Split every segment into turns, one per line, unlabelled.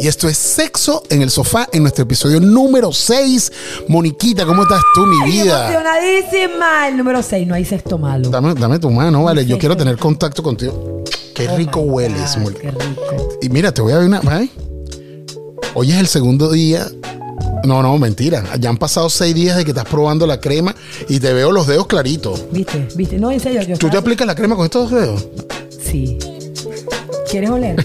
Y esto es Sexo en el Sofá en nuestro episodio número 6. Moniquita, ¿cómo estás tú, mi
Estoy
vida?
emocionadísima. El número 6, no hay sexto malo.
Dame, dame tu mano, vale. Yo
Sí,
quiero
sí.
tener contacto contigo. Qué
Oh
rico
my
hueles,
God,
Moni.
Qué rico.
Y mira, te voy a ver una. ay. Hoy es el segundo día. No, no, mentira. Ya han pasado seis días de que estás probando la crema y te veo los dedos claritos.
Viste, viste. No, en serio.
¿Tú
Yo
te
estaba-
aplicas la crema con estos dos dedos?
Sí. ¿Quieres oler?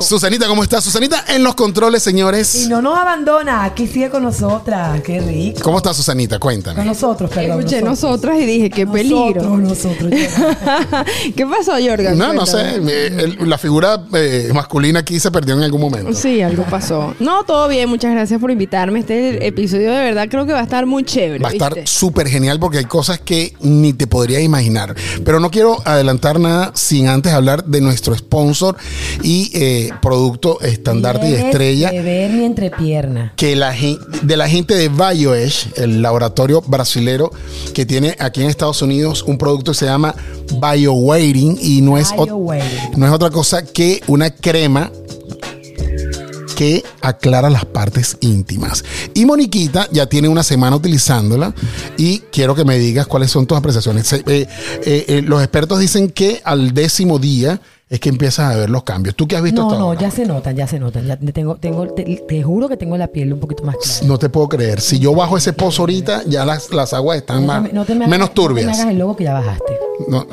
Susanita, ¿cómo estás? Susanita en los controles,
Y
señores.
no nos abandona. Aquí sigue con nosotras. Qué rico.
¿Cómo estás, Susanita?
Con
Cuéntame.
nosotros, perdón.
Escuché nosotras y dije, qué peligro.
Nosotros, nosotros.
¿Qué pasó, Jordan?
No, no sé.
Cuéntame.
eh, el- la figura eh, masculina aquí se perdió en algún momento.
Sí, algo pasó. No, todo bien, muchas gracias por invitarme. Este episodio de verdad creo que va a estar muy chévere.
Va a estar
¿viste?
súper genial porque hay cosas que ni te podría imaginar. Pero no quiero adelantar nada sin antes hablar de nuestro sponsor y eh, producto estandarte y
Tienes
estrella.
que ver mi entrepierna.
que la gen- de la gente de BioEdge, el laboratorio brasilero que tiene aquí en Estados Unidos un producto que se llama BioWaiting y no es, ot-
BioWaring.
no es otra cosa que una crema que aclara las partes íntimas. Y Moniquita ya tiene una semana utilizándola y quiero que me digas cuáles son tus apreciaciones. Se- eh, eh, eh, los expertos dicen que al décimo día es que empiezas a ver los cambios. ¿Tú qué has visto
No,
hasta
no,
ahora?
ya se notan, ya se notan. Ya tengo, tengo, te, te juro que tengo la piel un poquito más clara.
No te puedo creer. Si yo bajo ese pozo ahorita, ya las, las aguas están
No
más,
te me- no te me hagas-
menos
No te me
turbias.
hagas el logo que ya bajaste.
No.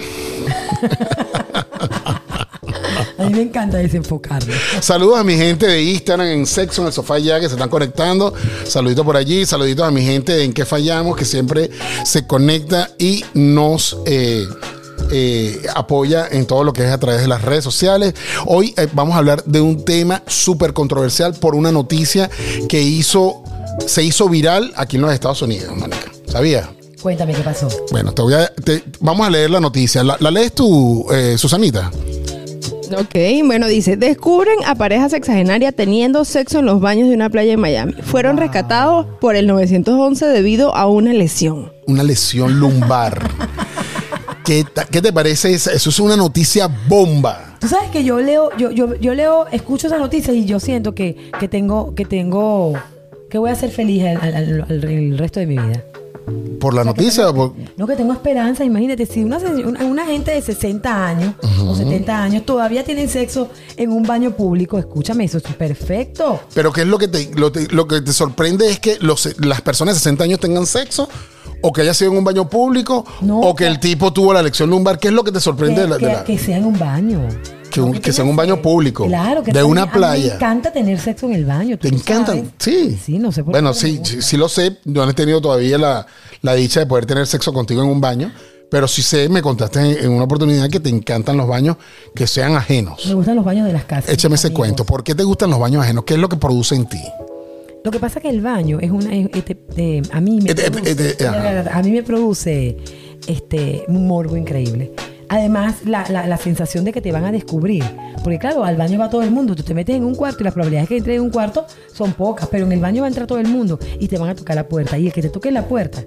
Ah.
A mí me encanta desenfocarme.
Saludos a mi gente de Instagram en Sexo en el Sofá ya que se están conectando. Saluditos por allí. Saluditos a mi gente de En qué fallamos que siempre se conecta y nos eh, eh, apoya en todo lo que es a través de las redes sociales. Hoy eh, vamos a hablar de un tema súper controversial por una noticia que hizo, se hizo viral aquí en los Estados Unidos, Mónica. ¿Sabías?
Cuéntame qué pasó.
Bueno, te voy a, te- vamos a leer la noticia. ¿La, la lees tú, eh, Susanita?
Ok, bueno, dice, descubren a pareja sexagenaria teniendo sexo en los baños de una playa en Miami. Fueron rescatados por el 911 debido a una lesión.
Una lesión lumbar. ¿Qué, ta- qué te parece? esa? Eso es una noticia bomba.
Tú sabes que yo leo, yo, yo, yo leo, escucho esas noticias y yo siento que, que tengo, que tengo, que voy a ser feliz al- al- al- al- el resto de mi vida.
¿Por la noticia? o por-
No, que tengo esperanza. Imagínate, si una, se- una, una gente de 60 años o 70 años todavía tienen sexo en un baño público, escúchame, eso es perfecto.
Pero ¿qué es lo que te, lo, te- lo que te sorprende? ¿Es que los- las personas de 60 años tengan sexo? ¿O que haya sido en un baño público?
No,
¿O que el tipo tuvo la lesión lumbar? ¿Qué es lo que te
Que,
sorprende de la- de
que-
la-
que sea en un baño.
que un-
No,
que sea en
tenga
un baño
sexo.
público,
Claro, que
de
tenga-
una
a mí
playa.
Me encanta tener sexo en el baño. tú
¿Te
lo
encantan?
sabes.
Sí.
Sí, no sé por
Bueno,
qué, pero
sí,
me
sí, sí lo sé. No he tenido todavía la, la dicha de poder tener sexo contigo en un baño. Pero sí sé, me contaste en, en una oportunidad que te encantan los baños que sean ajenos.
Me gustan los baños de las casas.
Échame ese
amigos.
cuento. ¿Por qué te gustan los baños ajenos? ¿Qué es lo que produce en ti?
Lo que pasa es que el baño es una. es- este, eh, a mí me.
Este, este,
produce,
este, ajá.
a mí me produce este, un morbo increíble. Además, la, la- la sensación de que te van a descubrir. Porque, claro, al baño va todo el mundo. Tú te metes en un cuarto y las probabilidades que entre en un cuarto son pocas. Pero en el baño va a entrar todo el mundo y te van a tocar la puerta. Y el que te toque la puerta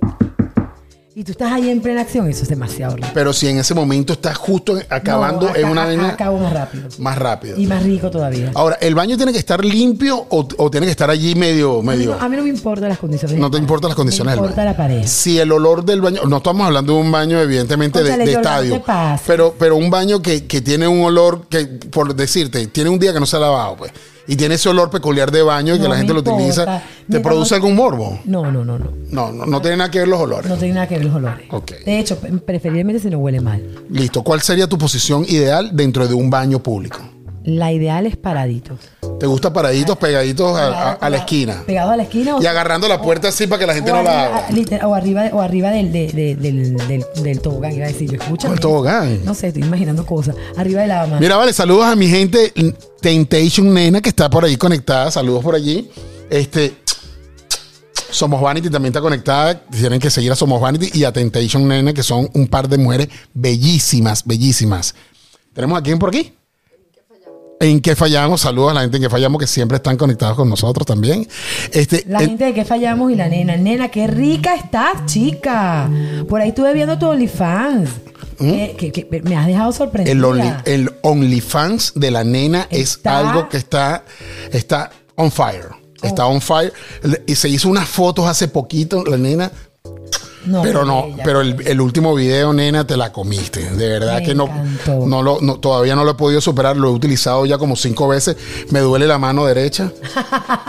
y tú estás ahí en plena acción, eso es demasiado horrible.
Pero si en ese momento estás justo acabando
No,
en
acá-
una
acá
vaina Ah,
Acabo más rápido.
más rápido.
Y más rico todavía.
Ahora, ¿el baño tiene que estar limpio o, o tiene que estar allí medio,
A mí,
medio?
no, a mí no me importan las condiciones.
No te importan las condiciones
Me
del
importa
baño.
la pareja.
Si el olor del baño, no estamos hablando de un baño evidentemente de,
Cónchale,
de
Yolanda,
estadio,
no te pases.
pero, pero un baño que, que tiene un olor que, por decirte, tiene un día que no se ha lavado, pues, y tiene ese olor peculiar de baño y que
No
la gente lo
me
utiliza,
importa.
¿te
Mira,
produce
no-
algún morbo?
No, no, no, no.
No, no, no tiene nada que ver los olores.
No tiene nada que ver los olores.
Ok.
De hecho, pre- preferiblemente si no huele mal.
Listo, ¿cuál sería tu posición ideal dentro de un baño público?
La ideal es paraditos.
¿Te gusta paraditos pegaditos a, a- a la esquina?
Pegado a la esquina o,
Y agarrando la puerta así para que la gente
o
no la
arriba,
abra.
literal- o arriba, de- o arriba del, de- de- del, del, del tobogán, iba a decir yo. Escúchame.
¿Cuál tobogán?
No sé, estoy imaginando cosas. Arriba de la mano.
Mira, vale, saludos a mi gente Temptation Nena que está por ahí conectada. Saludos por allí. Este. Somos Vanity también está conectada. Tienen que seguir a Somos Vanity y a Temptation Nena, que son un par de mujeres bellísimas, bellísimas. ¿Tenemos a quién por aquí? En qué fallamos, saludos a la gente en que fallamos que siempre están conectados con nosotros también. Este,
La
eh,
gente de que fallamos y la nena. Nena, qué rica estás, chica. Por ahí estuve viendo tu OnlyFans. eh, que, que me has dejado sorprendida.
¿Mm? El, only- eh, el OnlyFans de la nena es
Está-
algo que está, está on fire. Está on fire. Le- Y se hizo unas fotos hace poquito, la nena.
No,
pero no,
ella.
pero el, el último video, nena, te la comiste. De verdad
Me
que no,
encantó.
no lo, no- todavía no lo he podido superar. Lo he utilizado ya como cinco veces. Me duele la mano derecha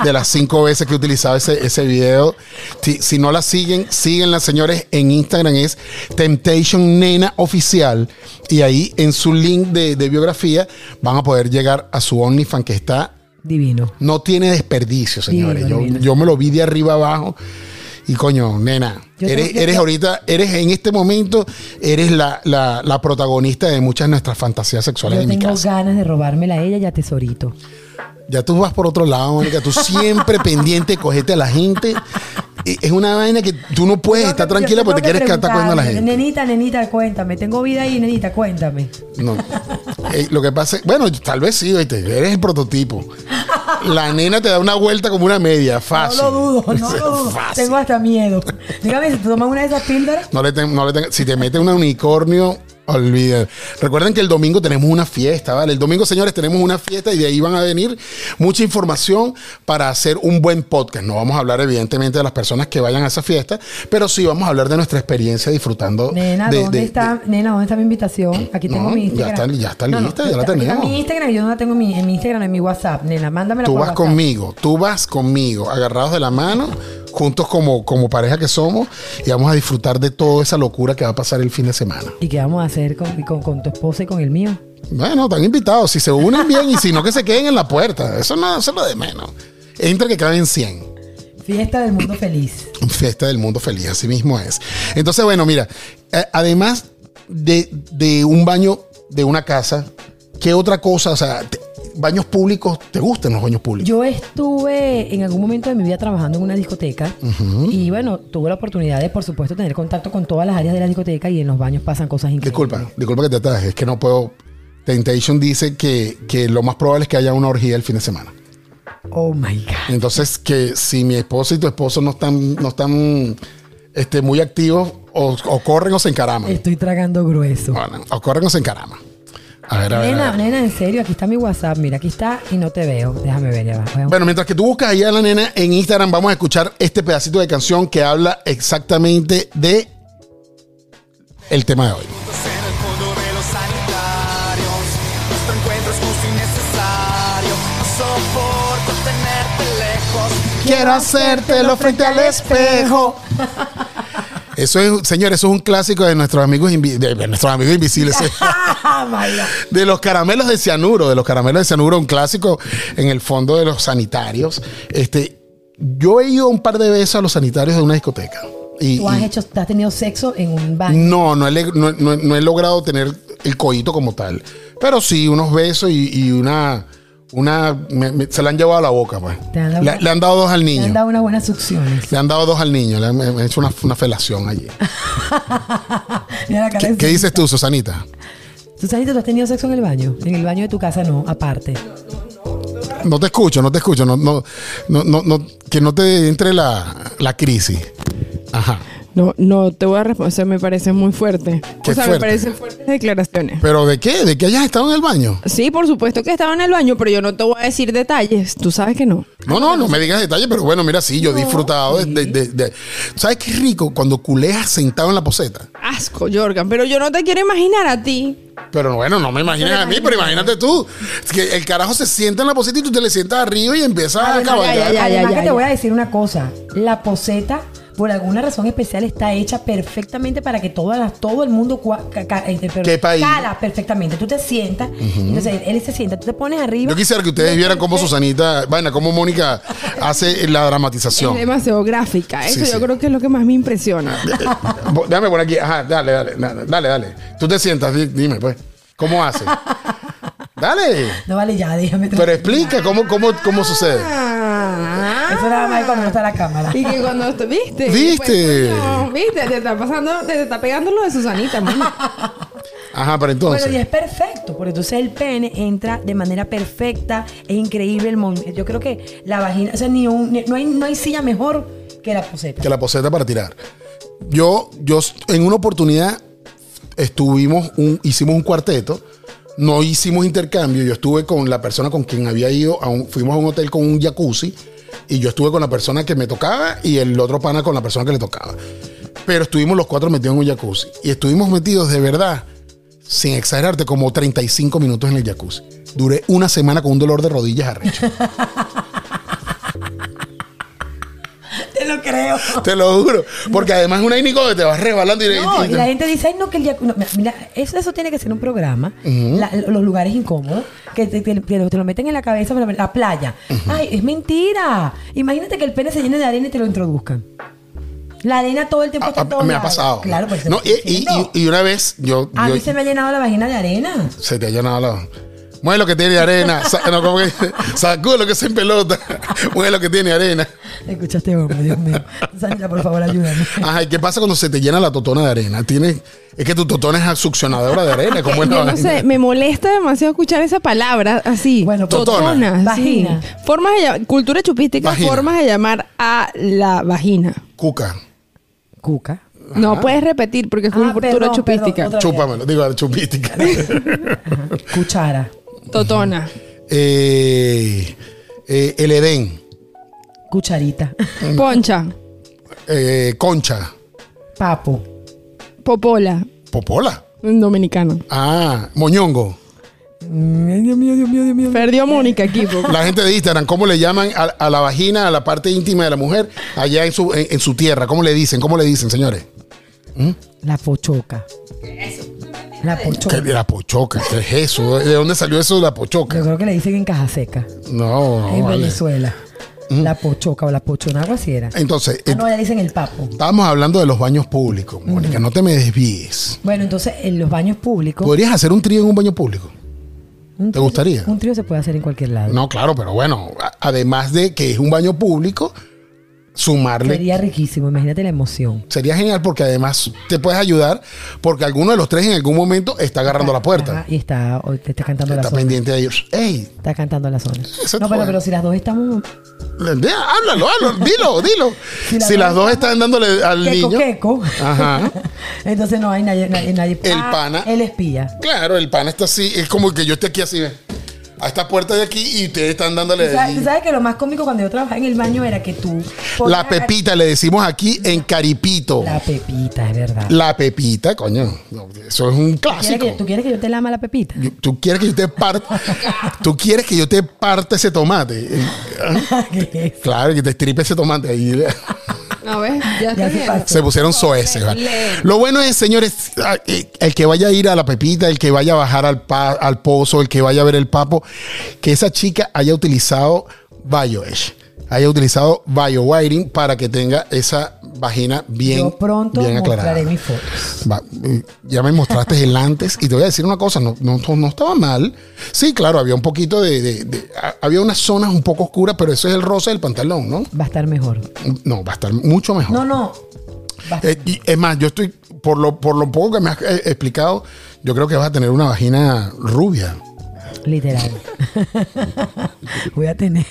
de las cinco veces que he utilizado ese, ese video. Si, si no la siguen, síguenla, señores. En Instagram es Temptation Nena Oficial. Y ahí en su link de, de biografía van a poder llegar a su OnlyFans que está.
Divino.
No tiene desperdicio, señores.
Divino,
Yo,
divino.
yo me lo vi de arriba abajo. Y coño, nena,
Yo
eres,
tengo que-
eres ahorita, eres en este momento, eres la, la- la protagonista de muchas de nuestras fantasías sexuales
Yo
en mi
tengo
casa.
ganas de robármela a ella y a Tesorito.
Ya tú vas por otro lado, Mónica. Tú siempre pendiente, cogete a la gente. E- Es una vaina que tú no puedes estar
Yo- yo
tranquila porque te
tengo
quieres que estar cuenta a la
preguntarle,
gente.
Nenita, nenita, cuéntame. Tengo vida ahí, nenita, cuéntame.
No. Eh, lo que pasa es, bueno, tal vez sí, oíste, eres el prototipo. La nena te da una vuelta como una media, fácil.
No lo dudo, no lo dudo.
Ah, Fácil.
Tengo hasta miedo. Dígame, si tú tomas una de esas píldoras,
No le ten- no le ten- si te mete un unicornio, olvida. Recuerden que el domingo tenemos una fiesta, ¿vale? El domingo, señores, tenemos una fiesta y de ahí van a venir mucha información para hacer un buen podcast. No vamos a hablar, evidentemente, de las personas que vayan a esa fiesta, pero sí vamos a hablar de nuestra experiencia disfrutando
nena,
Oh, de,
¿dónde
de- Eh,
está? Nena, ¿dónde está mi invitación? Aquí tengo
No,
mi
ya
Instagram.
está- ya está lista, ya la
está- Está
tenemos.
mi Instagram y yo no la tengo en mi, en mi Instagram, en mi WhatsApp. Nena, mándamela
Tú
por
vas
WhatsApp.
conmigo, tú vas conmigo, agarrados de la mano, juntos como, como pareja que somos, y vamos a disfrutar de toda esa locura que va a pasar el fin de semana.
¿Y qué vamos a hacer con, con, con tu esposa y con el mío?
Bueno, están invitados. Si se unen bien y si no, que se queden en la puerta. Eso no eso es lo de menos. Entra que caben 100.
Fiesta del mundo feliz.
Fiesta del mundo feliz, así mismo es. Entonces, bueno, mira, eh, además de, de un baño de una casa, ¿qué otra cosa? O sea, te- baños públicos, ¿te gustan los baños públicos?
Yo estuve en algún momento de mi vida trabajando en una discoteca y bueno, tuve la oportunidad de, por supuesto, tener contacto con todas las áreas de la discoteca y en los baños pasan cosas increíbles.
disculpa, disculpa que te traje, es que no puedo. Temptation dice que, que lo más probable es que haya una orgía el fin de semana.
Oh my God.
Entonces, que si mi esposa y tu esposo no están, no están este, muy activos, o, o corren o se encaraman.
Estoy tragando grueso.
Bueno, o corren o se encaraman. A ver, a ver. a
Nena,
ver.
nena, en serio, aquí está mi WhatsApp. Mira, aquí está y no te veo. Déjame ver, ya va. Voy a-
Bueno, mientras que tú buscas ahí a la nena en Instagram, vamos a escuchar este pedacito de canción que habla exactamente de el tema de hoy.
en el fondo de los sanitarios. Nuestro encuentro es justo y necesario. No soporto tenerte lejos.
Quiero hacértelo frente al espejo. Eso es, señores, eso es un clásico de nuestros amigos, invi- de, de nuestros amigos invisibles.
¡Ah, my God!
De los caramelos de cianuro, de los caramelos de cianuro, un clásico en el fondo de los sanitarios. Este, yo he ido un par de veces a los sanitarios de una discoteca. Y,
Tú has
y-
hecho, has tenido sexo en un baño.
no, no he, le- no- no- no he logrado tener el coito como tal. Pero sí, unos besos y, y una. una me- me- se la han llevado a la boca, pues.
Te han dado-
Le, le han dado dos al
Te
niño.
han dado unas buenas succiones.
Le han dado dos al niño. Le han, me- me han hecho una, una felación allí.
Mira la cara
¿Qué,
de
qué dices tú, Susanita?
Susanita, ¿tú has tenido sexo en el baño? En el baño de tu casa no, aparte.
No te escucho, no te escucho. No, no, no, no, no- que no te entre la, la crisis. Ajá.
No, no te voy a responder, o sea, me parece muy fuerte.
Qué
o sea,
fuerte.
me parecen fuertes declaraciones.
¿Pero de qué? ¿De que hayas estado en el baño?
Sí, por supuesto que estaba en el baño, pero yo no te voy a decir detalles. Tú sabes que no.
No, no, no me digas detalles, pero bueno, mira, sí, yo he disfrutado de, de- de- de- ¿Sabes qué rico? Cuando culeas sentado en la poseta.
Asco, Jorgan, pero yo no te quiero imaginar a ti.
Pero bueno, no me imagines a mí, pero imagínate tú. Es que el carajo se sienta en la poseta y tú te le sientas arriba y empiezas a cabalgar.
ya,
Además
ya,
que te
ya.
voy a decir una cosa. La poseta, por alguna razón especial, está hecha perfectamente para que todas las, todo el mundo cua- ca- ca- este, pero-
¿Qué país?
cala perfectamente. Tú te sientas, entonces él, él se sienta, tú te pones arriba.
Yo quisiera que ustedes vieran cómo Susanita, bueno, cómo Mónica hace la dramatización.
Es demasiado gráfica.
Sí,
Eso yo
sí.
creo que es lo que más me impresiona.
Bo- Déjame poner aquí. Ajá, dale, dale, dale, dale, dale. Tú te sientas, di- dime, pues. ¿Cómo hace? Dale.
No vale, ya, déjame
Pero explica cómo, cómo, cómo sucede.
Eso nada más es cuando no está la cámara.
Ah, Y que cuando tú- viste,
Viste.
Pues, coño, viste, te está pasando, te, te está pegando lo de Susanita, mano.
Ajá, pero
Bueno, y
entonces.
es perfecto, porque entonces el pene entra de manera perfecta, es increíble el movimiento. Yo creo que la vagina, o sea, ni un, ni- no, hay, no hay silla mejor que la poseta.
Que la poseta para tirar. Yo, yo en una oportunidad estuvimos un, hicimos un cuarteto. No hicimos intercambio. Yo estuve con la persona con quien había ido. A un- fuimos a un hotel con un jacuzzi. Y yo estuve con la persona que me tocaba y el otro pana con la persona que le tocaba. Pero estuvimos los cuatro metidos en un jacuzzi. Y estuvimos metidos de verdad, sin exagerarte, como 35 minutos en el jacuzzi. Duré una semana con un dolor de rodillas arrecho.
Te lo creo.
Te lo juro. Porque además es una inico que te vas resbalando y,
No,
y-
y la gente dice, ay, no, que el jacuzzi. no, mira, eso, eso tiene que ser un programa. La- los lugares incómodos, que te, te- te lo, te lo meten en la cabeza, pero la playa. Ay, es mentira. Imagínate que el pene se llene de arena y te lo introduzcan. La arena todo el tiempo
a-
está
a-
en todos
Ah, me ha
lados.
pasado.
Claro, pues. te
No,
lo
y,
estoy
y-
diciendo.
y- y una vez yo,
A
yo-
mí se me ha llenado la vagina de arena.
se te ha llenado la. Mueve lo que tiene arena. Sa- no, ¿cómo que? Sacude lo que es en pelota. Mueve lo que tiene arena.
Escuchaste, este hombre, Dios mío. Sandra, por favor, ayúdame.
Ajá, ¿y qué pasa cuando se te llena la totona de arena? Tienes, es que tu totona es succionadora de arena. ¿Cómo es la
Yo no
vaina?
sé, me molesta demasiado escuchar esa palabra así.
Bueno, pues,
Totona.
sí.
Vagina.
Formas de llam- cultura chupística,
Vagina.
formas de llamar a la vagina.
Cuca.
Cuca.
No puedes repetir porque es
Ah,
cultura
perdón,
chupística.
perdón, otra vez.
Chúpamelo. Digo, chupística.
Cuchara.
Totona.
Eh, eh, el Edén.
Cucharita.
Poncha.
Eh, concha.
Papo.
Popola.
Popola.
Un dominicano.
Ah, moñongo.
Ay, Dios mío, Dios mío, Dios mío.
Perdió Mónica aquí. po.
La gente de Instagram, ¿cómo le llaman a, a la vagina, a la parte íntima de la mujer, allá en su, en, en su tierra? ¿Cómo le dicen? ¿Cómo le dicen, señores?
La pochoca. La
¿Qué,
pochoca.
la pochoca, ¿qué es eso? ¿De dónde salió eso de la pochoca?
Yo creo que le dicen en caja seca.
No, no
en
vale.
Venezuela. La pochoca o la pochona, algo así era.
Entonces,
Ah,
eh,
no, ya dicen el papo.
estábamos hablando de los baños públicos, Mónica, no te me desvíes.
Bueno, entonces en los baños públicos.
¿Podrías hacer un trío en un baño público?
un
¿Te
trío-
gustaría?
Un trío se puede hacer en cualquier lado.
No, claro, pero bueno, a- además de que es un baño público, sumarle
Sería riquísimo, imagínate la emoción.
Sería genial porque además te puedes ayudar porque alguno de los tres en algún momento está agarrando la puerta.
Ajá, y está, o te está cantando la
Está
zona.
pendiente de ellos. ¡Ey!
Está cantando la zona.
Eso
No,
fue.
pero, pero si las dos estamos.
le- de- Háblalo, háblalo, dilo, dilo.
Si la
si las
dos
dos están dándole al
Queco,
niño.
queco.
Ajá.
Entonces no hay nadie. nadie, nadie-
El
Ah,
pana.
El espía.
Claro, el pana está así. Es como que yo esté aquí así, ve, A esta puerta de aquí y ustedes están dándole.
Tú sabes, tú sabes que lo más cómico cuando yo trabajaba en el baño era que tú. ponías-
La pepita, le decimos aquí en Caripito.
La pepita, es verdad.
Oh. La pepita, coño. no, Eso es un
¿Quieres que-
clásico.
¿Tú quieres que yo te lama la pepita?
Yo- Tú quieres que yo te parta. Tú quieres que yo te parte ese tomate. Eh,
¿Qué es?
Claro, que te estripe ese tomate ahí.
No, ¿ves? Ya
Ya
está
se
bien.
pasó.
Se pusieron soeces. ¿vale? Lo bueno es, señores, ah, eh, el que vaya a ir a la pepita, el que vaya a bajar al, pa- al pozo, el que vaya a ver el papo, que esa chica haya utilizado BioEdge, haya utilizado BioWiring para que tenga esa vagina bien,
yo pronto
bien aclarada.
mostraré mis fotos.
Va, eh, ya me mostraste el antes y te voy a decir una cosa, no, no, no estaba mal. Sí, claro, había un poquito de, de- de- a- había unas zonas un poco oscuras, pero eso es el rosa del pantalón, ¿no?
Va a estar mejor.
No, va a estar mucho mejor.
No, no. Va a-
Eh, y es más, yo estoy, por lo, por lo poco que me has eh, explicado, yo creo que vas a tener una vagina rubia. Eh.
Literal. Voy a tener.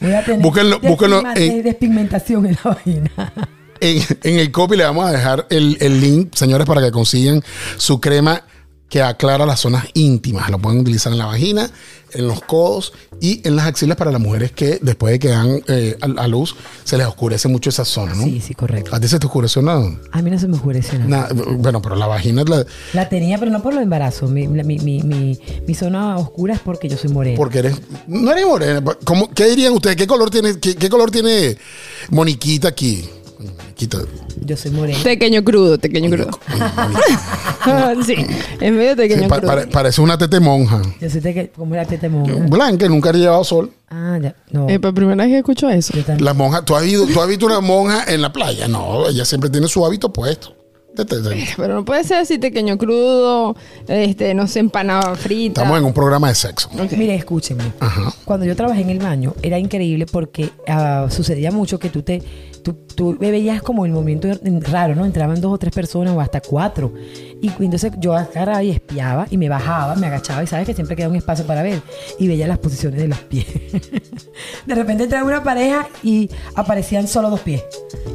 Voy a tener.
Búsquenlo- búsquenlo
despigma-
en-
Despigmentación en la vagina.
En, en el copy le vamos a dejar el, el link, señores, para que consigan su crema que aclara las zonas íntimas. Lo pueden utilizar en la vagina, en los codos y en las axilas para las mujeres que después de que dan eh, a, a luz se les oscurece mucho esa zona, ¿no? Ah.
Sí, sí, correcto.
¿A ti se te oscureció nada?
A mí no se me oscurece nada.
Nada, bueno, pero la vagina es la-
La tenía, pero no por los embarazos. Mi, la- mi, mi, mi, mi zona oscura es porque yo soy morena.
Porque eres. No eres morena. ¿Cómo- ¿Qué dirían ustedes? ¿Qué color tiene, qué, qué color tiene Moniquita aquí? Moniquita.
Yo soy morena.
Tequeño crudo, tequeño crudo. sí, es medio tequeño
Sí, pa-
crudo.
pare- parece una tete monja.
Yo sé que como la tete monja.
Blanca, nunca ha llevado sol.
Ah, ya. No.
Eh, por primera vez que escucho eso.
yo también.
La monja, ¿tú has, ido- ¿tú has visto una monja en la playa? No, ella siempre tiene su hábito puesto. Tete- tete.
Pero no puede ser así tequeño crudo, este, no sé, empanada frita.
Estamos en un programa de sexo.
Ok.
Mire, escúchenme.
Ajá.
Cuando yo trabajé en el baño, era increíble porque ah, sucedía mucho que tú te tú, tú me veías como el movimiento raro, ¿no? Entraban dos o tres personas o hasta cuatro. Y cu- entonces yo agarraba y espiaba y me bajaba, me agachaba y sabes que siempre queda un espacio para ver. Y veía las posiciones de los pies. de repente entraba una pareja
Eh,
y aparecían solo dos pies.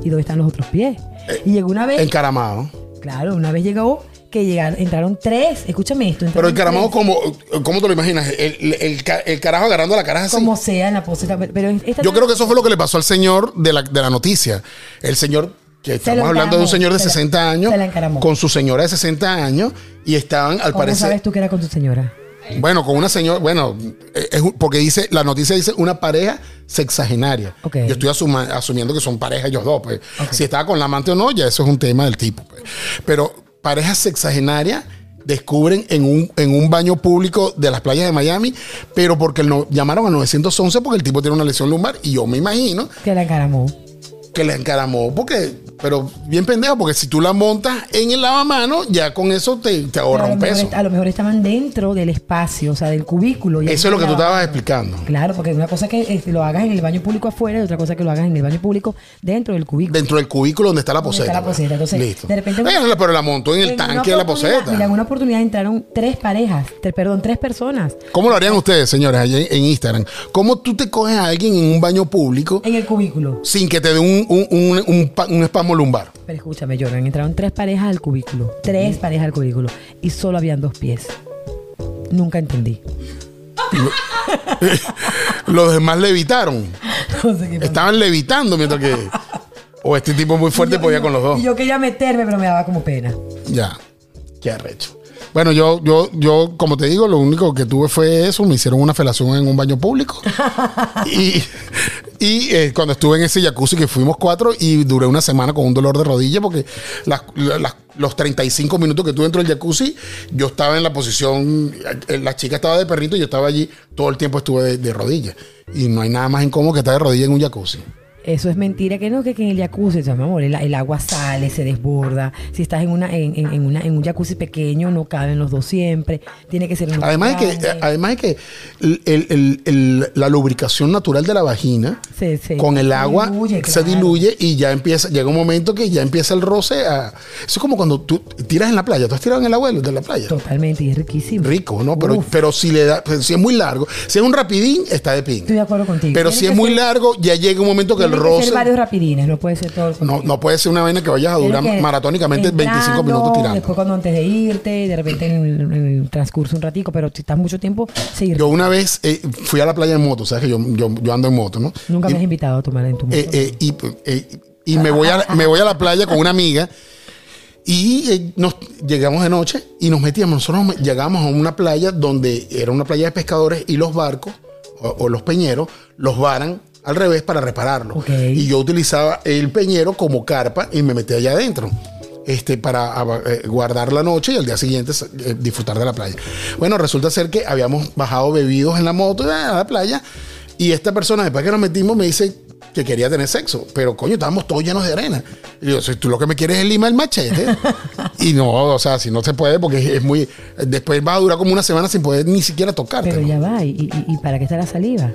¿Y dónde están los otros pies? Y llegó una vez
Encaramado.
Claro, una vez llegó que llegaron, entraron tres. Escúchame esto.
Pero
entraron
el caramado,
tres.
¿cómo, cómo te lo imaginas? El, el ca- el carajo agarrando la caraja así.
como sea en la pose. Pero pero esta
Yo creo que eso fue lo que le pasó al señor de la, de la noticia. El señor, que estamos
lo
hablando de un
encaramó,
señor de
se la-
60 años,
se la encaramó.
con su señora de 60 años, y estaban, al
¿Cómo sabes
parecer,
tú que era con tu señora?
bueno, con una señora, bueno, eh, es un- porque dice, la noticia dice una pareja sexagenaria.
Ok.
Yo estoy asuma- asumiendo que son pareja ellos dos, pues. Si estaba con la amante o no, ya eso es un tema del tipo. pues. Pero pareja sexagenaria descubren en un, en un baño público de las playas de Miami, pero porque el no- llamaron al 911 porque el tipo tiene una lesión lumbar y yo me imagino
Que la encaramó.
que la encaramó porque pero bien pendejo porque si tú la montas en el lavamanos ya con eso te, te
Pero
ahorra
a, lo
un
mejor,
peso
est- a lo mejor estaban dentro del espacio, o sea, del cubículo. y ahí
eso es lo que tú
quedaba.
estabas explicando
Claro, porque una cosa es que eh, lo hagas en el baño público afuera y otra cosa es que lo hagas en el baño público dentro del cubículo.
dentro del cubículo donde está la
Donde
poseta
está la
pues.
poseta, entonces,
listo
de repente-
Bueno, pero la montó en el
En una
tanque de la
oportunidad- Mira, en
poseta
una oportunidad entraron tres parejas, tres- perdón, tres personas.
¿Cómo lo harían ustedes, señores, allá en Instagram? ¿Cómo tú te coges a alguien en un baño público
En el cubículo.
sin que te dé un, un, un- un pa- un espasmo lumbar?
Pero escúchame, Jordan, entraron tres parejas al cubículo. Tres
Mm.
parejas al cubículo. Y solo habían dos pies. Nunca entendí.
Los demás levitaron.
No sé qué pasó.
Estaban levitando mientras que... O este tipo muy fuerte
Yo-
podía
yo-
con los dos.
y Yo quería meterme, pero me daba como pena.
Ya. Qué arrecho. Bueno, yo, yo, yo, como te digo, lo único que tuve fue eso. Me hicieron una felación en un baño público. y y, eh, cuando estuve en ese jacuzzi, que fuimos cuatro, y duré una semana con un dolor de rodilla, porque las- la- las- los 35 minutos que estuve dentro del jacuzzi, yo estaba en la posición, eh, la chica estaba de perrito y yo estaba allí, todo el tiempo estuve de, de rodilla. Y no hay nada más incómodo que estar de rodilla en un jacuzzi.
Eso es mentira, que no, que, que en el jacuzzi, o sea, mi amor, el, el agua sale, se desborda. Si estás en una en, en- en una en un jacuzzi pequeño, no caben los dos siempre. Tiene que ser un
Además de que, eh,
grande.
además de que el- el- el- el- la lubricación natural de la vagina
Se- se-
con el
se
agua
diluye,
se
claro.
diluye y ya empieza, llega un momento que ya empieza el roce a. Eso es como cuando tú tiras en la playa, tú has tirado en el agua de la playa.
Totalmente, y es riquísimo.
Rico, ¿no? Pero,
Uf,
pero si le da, pues, si es muy largo, si es un rapidín, está de pin.
Estoy de acuerdo contigo.
Pero
Tiene
si
que
es muy
ser-
largo, ya llega un momento que el
tiene que
roce.
ser varios rapidines, no puede ser todo. el-
No, no puede ser una vaina que vayas a durar
Tiene que-
maratónicamente 25
entrando,
minutos tirando.
Después cuando antes de irte, de repente en, el- en el transcurso un ratico, pero si estás mucho tiempo, seguir.
Yo una vez eh, fui a la playa en moto, ¿sabes? Que yo, yo, yo ando en moto, ¿no?
Nunca
Y-
me has invitado a tomar en tu moto.
Eh, eh, y eh, y me, voy a, me voy a la playa con una amiga y eh, nos llegamos de noche y nos metíamos. Nosotros nos me- llegamos a una playa donde era una playa de pescadores y los barcos o, o los peñeros los varan al revés para repararlos.
Ok.
Y yo utilizaba el peñero como carpa y me metí allá adentro. Este, para aba- eh, guardar la noche y al día siguiente sa- eh, disfrutar de la playa. Bueno, resulta ser que habíamos bajado bebidos en la moto eh, a la playa y esta persona, después que nos metimos, me dice que quería tener sexo, pero coño, estábamos todos llenos de arena. Y yo, si tú lo que me quieres es lima el machete. y no, o sea, si no se puede, porque es- es muy. Después va a durar como una semana sin poder ni siquiera tocarte.
pero
¿no?
ya va, ¿y, y, y para qué está la saliva?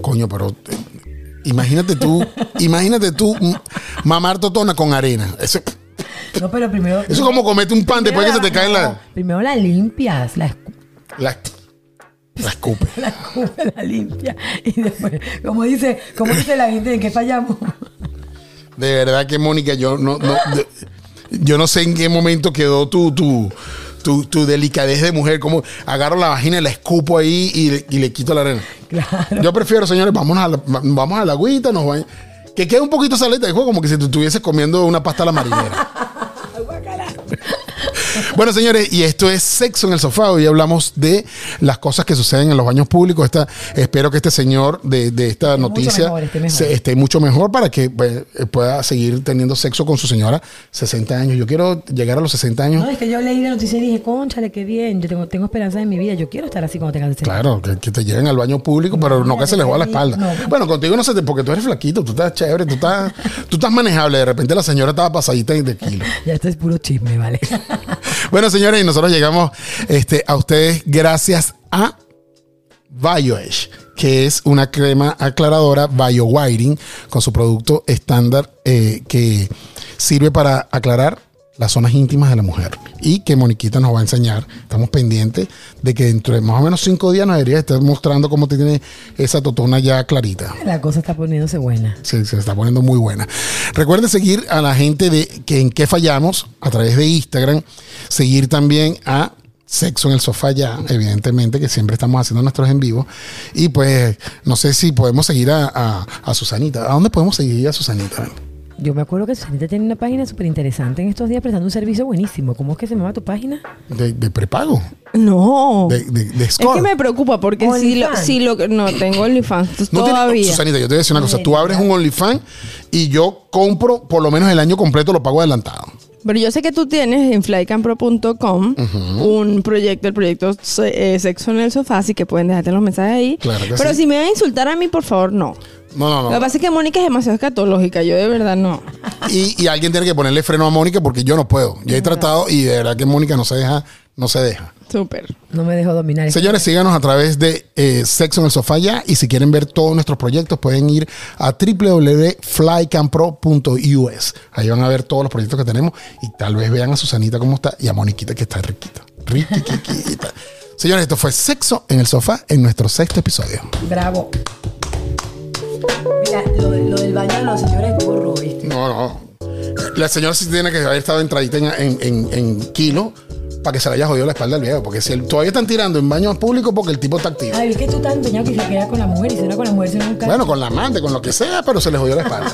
Coño, pero eh, imagínate tú, imagínate tú mm, mamar totona con arena. Eso, eso
No, pero primero.
es como comete un pan después que se te cae
No,
la,
Primero la limpias, la, escu-
la, la escupe.
la, escu- la limpia. Y después, como dice, como dice la gente, ¿en qué fallamos?
De verdad que Mónica, yo no, no de- yo no sé en qué momento quedó tu, tu, tu, tu delicadez de mujer, como agarro la vagina, y la escupo ahí y, le- y le quito la arena.
Claro.
Yo prefiero, señores, vamos a la, va- vamos a la agüita, nos va- Que quede un poquito saleta, dijo, como que si tú estuvieses comiendo una pasta a la marinera. bueno, señores, y esto es Sexo en el Sofá. Hoy hablamos de las cosas que suceden en los baños públicos. Esta, espero que este señor de, de esta
mucho
noticia
mejor, esté mejor.
se- esté mucho mejor para que pues, pueda seguir teniendo sexo con su señora 60 años. Yo quiero llegar a los 60 años.
No, es que yo leí la noticia y dije, conchale, qué bien, yo tengo, tengo esperanza en mi vida, yo quiero estar así cuando tenga 60.
Claro, que, que te lleven al baño público, pero no que se les va la espalda.
No.
Bueno, contigo no se te, porque tú eres flaquito, tú estás chévere, tú estás, tú estás manejable. De repente la señora estaba pasadita de kilo.
Ya esto es puro chisme, ¿vale?
Bueno, señores, y nosotros llegamos este, a ustedes gracias a BioEdge, que es una crema aclaradora BioWiring con su producto estándar eh, que sirve para aclarar las zonas íntimas de la mujer. Y que Moniquita nos va a enseñar. Estamos pendientes de que dentro de más o menos cinco días nos debería estar mostrando cómo tiene esa totona ya clarita.
La cosa está poniéndose buena.
Sí, se está poniendo muy buena. Recuerden seguir a la gente de que en qué fallamos a través de Instagram. Seguir también a Sexo en el Sofá ya, evidentemente, que siempre estamos haciendo nuestros en vivo. Y pues, no sé si podemos seguir a, a- a Susanita. ¿A dónde podemos seguir a Susanita?
Yo me acuerdo que Susanita tiene una página súper interesante en estos días prestando un servicio buenísimo. ¿Cómo es que se llama tu página?
De, de prepago,
No.
de, de, de
es
score.
que me preocupa porque si lo,
OnlyFans.
si lo no tengo OnlyFans
No tiene-
todavía.
Susanita, yo te voy a decir una cosa. Tú abres un OnlyFans y yo compro por lo menos el año completo, lo pago adelantado.
Pero yo sé que tú tienes en flycampro.com un proyecto, el proyecto se- eh, Sexo en el Sofá, así que pueden dejarte los mensajes ahí.
Claro que
Pero
sí.
si me van a insultar a mí, por favor, no.
No, no, no.
Lo que pasa es que Mónica es demasiado escatológica, yo de verdad no.
Y, y alguien tiene que ponerle freno a Mónica porque yo no puedo. Yo he tratado y de verdad que Mónica no se deja, no se deja.
Súper.
No me dejó dominar.
Señores, síganos a través de eh, Sexo en el Sofá ya y si quieren ver todos nuestros proyectos pueden ir a www.flycampro.us. Ahí van a ver todos los proyectos que tenemos y tal vez vean a Susanita cómo está y a Moniquita que está riquita. Riquiquiquita. Señores, esto fue Sexo en el Sofá en nuestro sexto episodio.
Bravo. Mira, lo, de- lo del baño de los señores estuvo rudo, ¿viste?
No, no. La señora sí tiene que haber estado entradita en, en, en- en kilo para que se le haya jodido la espalda al viejo. Porque si el- todavía están tirando en baños públicos porque el tipo está activo.
Ay, es que tú estás empeñado que se queda con la mujer y si no era con la mujer, si no nunca.
Bueno, con la amante, con lo que sea, pero se le jodió la espalda.